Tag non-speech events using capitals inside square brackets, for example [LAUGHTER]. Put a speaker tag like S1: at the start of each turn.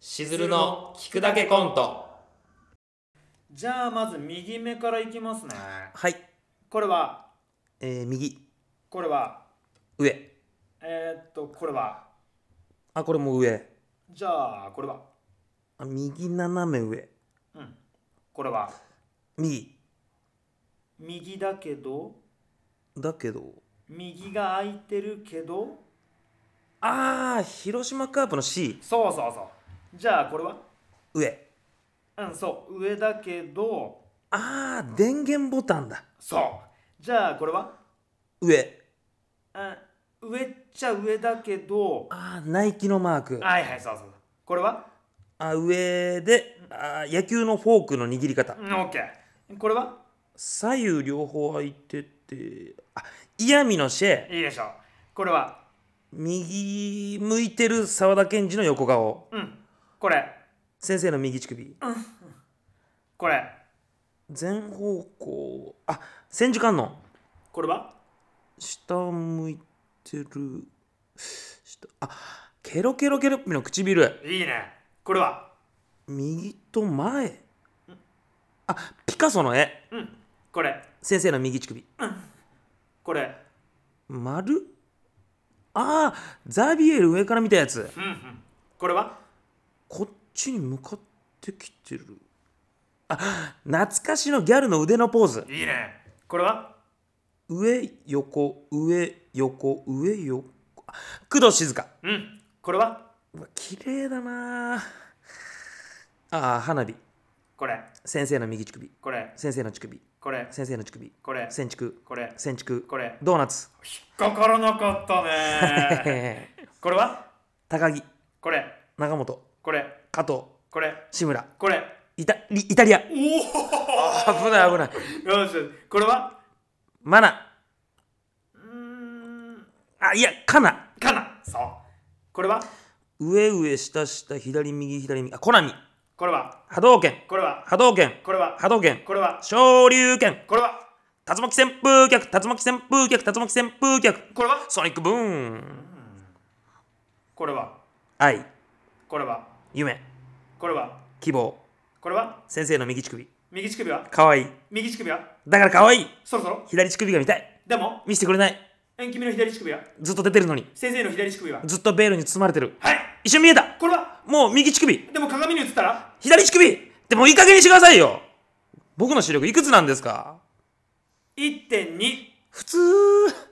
S1: しずるの聞くだけコント。
S2: じゃあまず右目からいきますね
S3: はい、
S2: これは
S3: えー、右
S2: これは
S3: 上
S2: えー、っとこれは
S3: あこれも上
S2: じゃあこれは
S3: あ右斜め上
S2: うんこれは
S3: 右
S2: 右だけど
S3: だけど
S2: 右が空いてるけど
S3: あー広島カープの C
S2: そうそうそうじゃあこれは
S3: 上
S2: うんそう上だけど
S3: あー電源ボタンだ
S2: そうじゃあこれは
S3: 上
S2: うん上っちゃ上だけど
S3: あーナイキのマーク
S2: はいはいそうそうそうこれは
S3: あ上であー野球のフォークの握り方
S2: うんオッケーこれは
S3: 左右両方空いててあ嫌味のシェ
S2: いいでしょうこれは
S3: 右向いてる沢田研二の横顔
S2: うんこれ
S3: 先生の右乳首
S2: これ
S3: 全方向あ千手観音
S2: これは
S3: 下向いてる下あケロケロケロッピの唇
S2: いいねこれは
S3: 右と前あピカソの絵
S2: うんこれ
S3: 先生の右乳首
S2: これ
S3: 丸あーザビエル上から見たやつ
S2: うんうんこれは
S3: こっちに向かってきてるあ懐かしのギャルの腕のポーズ
S2: いいねこれは
S3: 上横上横上横あ工藤静香
S2: うんこれは
S3: うわ綺麗だなああー花火
S2: これ
S3: 先生の右乳首
S2: これ
S3: 先生の乳首
S2: これ
S3: 先生の乳首
S2: これ
S3: 先乳
S2: これ
S3: 先乳
S2: これ
S3: ドーナ [LAUGHS] ツ
S2: 引っかからなかったね [LAUGHS] これは
S3: 高木
S2: これ
S3: 中本
S2: これ
S3: 加藤
S2: これ
S3: 志村
S2: これ
S3: イタリイタリア
S2: おお
S3: 危ない危ない
S2: よしこれは
S3: マナ
S2: うーん
S3: あいやカナ
S2: かなそうこれは
S3: 上上下下左右左右あコナミ
S2: これは
S3: 波動拳
S2: これは
S3: 波動拳
S2: これは
S3: 波動拳
S2: これは
S3: 昇竜拳
S2: これは
S3: 竜巻旋風脚竜巻旋風脚竜巻旋風脚
S2: これは
S3: ソニックブーン
S2: これは
S3: 愛
S2: これは
S3: 夢
S2: これは
S3: 希望
S2: これは
S3: 先生の右乳首
S2: 右乳首は
S3: かわいい
S2: 右乳首は
S3: だからかわいい
S2: そろそろ
S3: 左乳首が見たい
S2: でも
S3: 見せてくれない
S2: え君の左乳首は
S3: ずっと出てるのに
S2: 先生の左乳首は
S3: ずっとベールに包まれてる
S2: はい
S3: 一瞬見えた
S2: これは
S3: もう右乳首
S2: でも鏡に映ったら
S3: 左乳首でもいい加減にしてくださいよ僕の視力いくつなんですか
S2: 1.2
S3: 普通